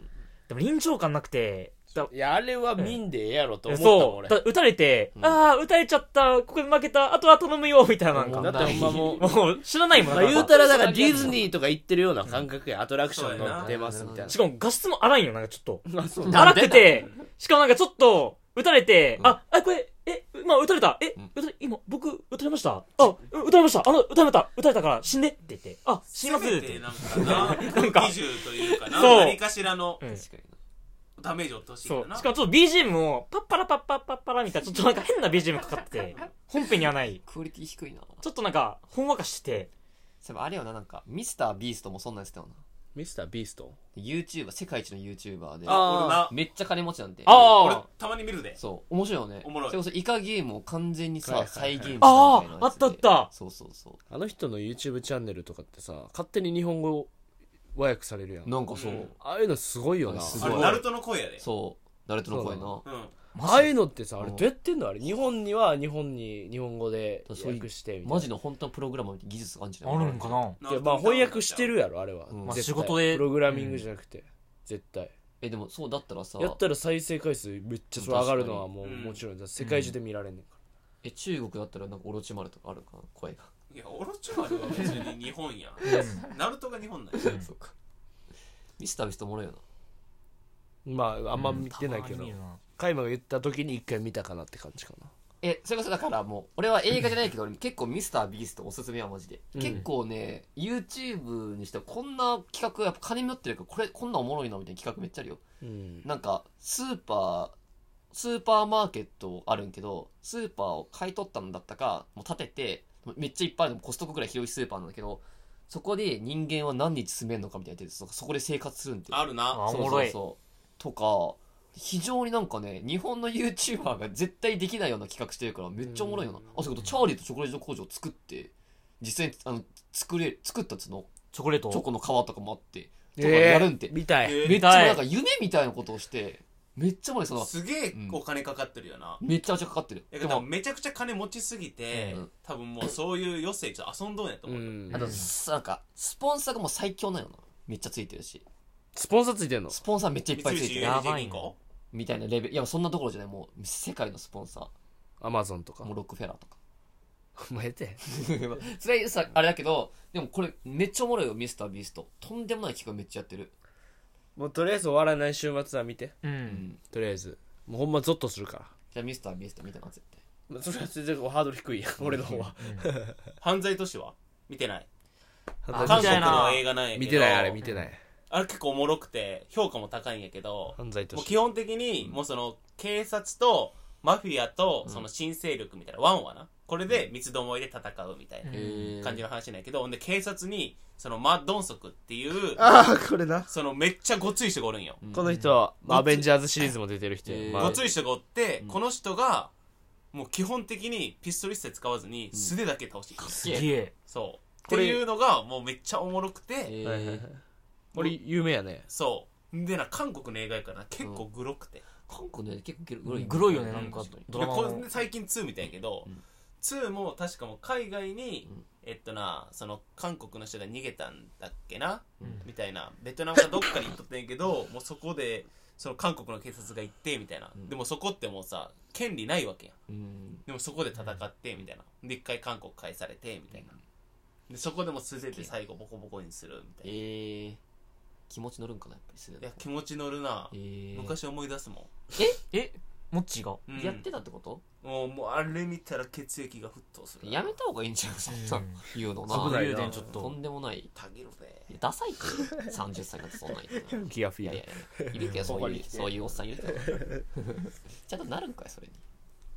Speaker 3: でも臨場感なくて、だ
Speaker 1: いやあれは見んでええやろと思ったもん
Speaker 3: そう、
Speaker 1: 俺
Speaker 3: だ打たれて、
Speaker 4: うん
Speaker 3: ああ、打たれちゃった、ここで負けた、あとは頼むよ、みたいななん
Speaker 4: もう
Speaker 1: だ
Speaker 3: か。
Speaker 1: ってほんまもう
Speaker 3: もう知らないもん
Speaker 1: ま
Speaker 3: な
Speaker 1: あ、
Speaker 3: ん
Speaker 1: 言う
Speaker 3: か。
Speaker 1: たらだからディズニーとか行ってるような感覚やアトラクション
Speaker 2: そうや
Speaker 1: 乗
Speaker 2: な
Speaker 1: ってますみたい
Speaker 3: しかも画質も荒いんよ、なんかちょっと。
Speaker 1: な。あそう
Speaker 3: 荒くて、しかもなんかちょっと、打たれて、
Speaker 4: うん
Speaker 3: あ、あ、これ、え、まあ打たれた。え、
Speaker 4: うん
Speaker 3: 打たれ、今、僕、打たれました。あ、う打たれました。あの、打たれた。打たれたから死んでって言って。あ、死にますっ
Speaker 2: せめ
Speaker 3: て
Speaker 2: て。なんか
Speaker 3: な
Speaker 2: なんん
Speaker 3: か
Speaker 2: か基準というかな
Speaker 3: そう
Speaker 2: 何かしらの
Speaker 3: うん
Speaker 4: 確かに
Speaker 2: ダメージを落としてい
Speaker 3: そ
Speaker 2: か
Speaker 3: う。
Speaker 2: な
Speaker 3: しかもちょっと BGM も、パッパラパッパッパッパラみたいな、ちょっとなんか変な BGM かかってて、本編にはない。
Speaker 4: クオリティ低いな
Speaker 3: ちょっとなんか、ほんわかしてて、
Speaker 4: そういえばあれよななんかミスタービーストもそんなんやつだよな
Speaker 1: ミスタービースト
Speaker 4: YouTuber 世界一の YouTuber で
Speaker 1: あ
Speaker 2: 俺な
Speaker 4: めっちゃ金持ちなんて
Speaker 3: あ
Speaker 2: 俺
Speaker 3: ー
Speaker 2: たまに見るで
Speaker 4: そう面白いよね
Speaker 2: おもろい
Speaker 4: それこそイカゲームを完全に
Speaker 1: はい
Speaker 4: さ
Speaker 1: はいはい
Speaker 4: 再現したみたい
Speaker 3: あ
Speaker 4: な
Speaker 3: あ、あ
Speaker 4: や
Speaker 3: っ
Speaker 4: つ
Speaker 3: た
Speaker 4: で
Speaker 3: あった。
Speaker 4: そうそうそう
Speaker 1: あの人の YouTube チャンネルとかってさ勝手に日本語和訳されるやん
Speaker 4: なんかそう、
Speaker 2: うん
Speaker 1: ああいうのすごいよな
Speaker 4: あれすご
Speaker 2: あ
Speaker 4: い
Speaker 2: れナルトの声やで
Speaker 4: そうナルトの声な
Speaker 2: うん
Speaker 1: ああいうのってさあれ
Speaker 4: う
Speaker 1: ど
Speaker 4: ん
Speaker 1: うやってんのあれ日本には日本に日本語で
Speaker 4: そういう
Speaker 1: 訳してみたいな
Speaker 4: マジの本当のプログラマーみたいな技術があるんじゃ
Speaker 3: あ
Speaker 4: ない
Speaker 3: るんかな
Speaker 1: でまあ翻訳してるやろあれは、
Speaker 4: うん
Speaker 3: ま
Speaker 1: 絶
Speaker 3: あ
Speaker 1: 対
Speaker 3: 仕事で
Speaker 1: プログラミングじゃなくて、絶対
Speaker 4: えでもそうだったらさ
Speaker 1: やったら再生回数めっちゃそれ上がるのはもう
Speaker 2: 確かに
Speaker 1: もちろんだ世界中で見られんねんか
Speaker 4: え中国だったらなんかオロチマルとかあるかな声が
Speaker 2: いやオロチマルは別に日本やんナルトが日本なんや
Speaker 3: うん
Speaker 4: そうかミスタービーストおもろいよな
Speaker 1: ら、まああんま見てないけど、
Speaker 3: たまに見るな
Speaker 1: カイマが言った時に一回見たかなって感じかな
Speaker 4: えそれこそだからもう俺は映画じゃないけど俺結構ミスタービーストおすすめはマジで、
Speaker 1: うん
Speaker 4: 結構ね YouTube にしてはこんな企画やっぱ金持ってるからこれこんなおもろいなみたいな企画めっちゃあるよ
Speaker 1: うん
Speaker 4: なんかスーパースーパーマーケットあるんけどスーパーを買い取ったんだったかもう建ててめっちゃいっぱいあるコストコぐらい広いスーパーなんだけどそこで人間は何日住めるのかみたいなやつでそそこで生活するんって
Speaker 2: あるな
Speaker 3: あおもろい
Speaker 4: そうとか非常になんかね日本の YouTuber が絶対できないような企画してるからめっちゃおもろいよな
Speaker 1: うん
Speaker 4: あそういうことチャーリーとチョコレート工場作って実際にあの作れ作ったやつの
Speaker 3: チョコレート
Speaker 4: チョコの皮とかもあってとか
Speaker 1: え
Speaker 4: や
Speaker 1: ー
Speaker 4: るんて、
Speaker 1: 見たい、
Speaker 2: えー
Speaker 4: めっちゃなんか夢みたいなことをしてめっちゃおもろいその
Speaker 2: すげえお金かかってるよな
Speaker 4: めっちゃめちゃかかってる
Speaker 2: いや
Speaker 4: で
Speaker 2: でも
Speaker 4: も
Speaker 2: めちゃくちゃ金持ちすぎて
Speaker 4: うん
Speaker 2: 多分もうそういう余生ちょっと遊んどんやと
Speaker 1: う
Speaker 2: 思うん
Speaker 4: あとすなんかスポンサーがもう最強なんよなめっちゃついてるし
Speaker 1: スポンサーついてんの
Speaker 4: スポンサーめっちゃいっぱ
Speaker 2: 三
Speaker 4: いつい
Speaker 2: 菱
Speaker 4: てる
Speaker 3: や
Speaker 2: UFJ 銀行
Speaker 4: みたいなレベルいやそんなところじゃないもう世界のスポンサ
Speaker 1: アマゾンと
Speaker 4: ー
Speaker 1: か
Speaker 4: もうロックフェラー
Speaker 2: [laughs]
Speaker 4: とか
Speaker 1: お前て
Speaker 4: それさあれだけどでもこれめっちゃおもろいよミスタービーストとんでもない企画めっちゃやってる
Speaker 1: もうとりあえず終わらない週末は見て
Speaker 3: うん
Speaker 1: とりあえずもうほんまゾッとするか
Speaker 4: じゃあミスタービースト見たな絶対
Speaker 1: らそれは全然ハードル低いやん俺の方は
Speaker 2: 犯罪都市は見てない
Speaker 3: あ
Speaker 2: 韓
Speaker 3: 見てな
Speaker 2: 国
Speaker 3: い
Speaker 2: の映画なんやけど
Speaker 1: 見てないあれ見てない
Speaker 2: あれ結構おもろくて評価も高いんやけど
Speaker 1: 犯罪と
Speaker 2: もう
Speaker 1: し
Speaker 2: 基
Speaker 1: て
Speaker 2: 本的にもうその警察とマフィアとその新勢力みたいなワンはなこれで三つどもいで戦うみたいな
Speaker 3: うん
Speaker 2: 感じ
Speaker 4: の
Speaker 2: の話なんやけどほんで警察にそのマ・ドンソクっていう
Speaker 1: ああこれな
Speaker 2: そのめっちゃごつい人がおるんよ
Speaker 1: この人はまあアベンジャーズシリーズも出てる人や
Speaker 4: えー
Speaker 1: ま
Speaker 2: ご
Speaker 1: あ
Speaker 2: つい人がおって
Speaker 4: うん
Speaker 2: この人がもう基本的にピストル一切使わずに
Speaker 4: ん
Speaker 2: 素手だけ倒していく
Speaker 4: す
Speaker 3: すげ
Speaker 4: げえ
Speaker 3: え
Speaker 2: そうって
Speaker 1: これ
Speaker 2: いうのがもうめっちゃおもろくて
Speaker 4: え
Speaker 1: はいはいはい
Speaker 4: ー
Speaker 1: これ有名やね
Speaker 2: そうでな韓国の映画やからな結構グロくて
Speaker 4: 韓国のやつ結構ゲロ
Speaker 3: グ
Speaker 4: グロい
Speaker 3: ロいよねなんか
Speaker 4: 確に
Speaker 3: ド
Speaker 2: で
Speaker 3: ラマ
Speaker 2: こ
Speaker 3: の
Speaker 2: れ最近2みたいやけど、
Speaker 4: うん
Speaker 2: 2も確かもう海外に、
Speaker 4: うん
Speaker 2: えっとなその韓国の人が逃げたんだっけな、
Speaker 4: うん
Speaker 2: みたいなベトナムかどっかに行っとったんやけ
Speaker 4: [laughs]
Speaker 2: どもうそこでその韓国の警察が行ってみたいな、
Speaker 4: うん
Speaker 2: でもそこってもうさ権利ないわけやん
Speaker 4: うん
Speaker 2: でもそこで戦ってみたいなで一回韓国返されてみたいなでそこでもう素手で最後ボコボコにするみた
Speaker 4: え
Speaker 2: いな、
Speaker 4: ー気持ち乗るんかなやっぱり素手
Speaker 2: い
Speaker 4: だ
Speaker 2: や
Speaker 4: と
Speaker 2: 気持ち乗るな、
Speaker 4: えー
Speaker 2: 昔思い出すも
Speaker 3: えもっちーが
Speaker 2: ん、うん
Speaker 4: やってたってこと
Speaker 2: もうもうあれ見たら血液が沸騰する
Speaker 4: やめた方がいいんじゃんそんな
Speaker 3: うん
Speaker 4: 言うのな
Speaker 1: 危ない
Speaker 3: 言う
Speaker 1: な
Speaker 3: てんちょっ
Speaker 4: と
Speaker 3: と
Speaker 4: んでもない
Speaker 2: たぎるぜ
Speaker 4: いやダサいって30歳になってそんなん
Speaker 1: [laughs]
Speaker 4: 言って
Speaker 1: ギアフィ
Speaker 4: いや
Speaker 1: ア
Speaker 4: いやいやいるけどそう
Speaker 1: ここ
Speaker 4: い
Speaker 1: に来
Speaker 4: う
Speaker 1: て
Speaker 4: [laughs] そういうおっさんいるけどちゃんとなるんかいそれに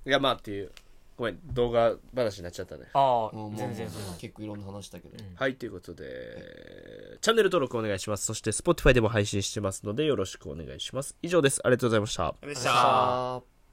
Speaker 1: いやまあっていうごめん動画話になっちゃったね
Speaker 3: ああ
Speaker 4: もうもう
Speaker 3: 全然そんな
Speaker 4: 結構いろんな話したけど、
Speaker 1: はいということでチャンネル登録お願いしますそして Spotify でも配信してますのでよろしくお願いします以上ですありがとうございました
Speaker 2: でし
Speaker 4: あ
Speaker 2: た
Speaker 4: ー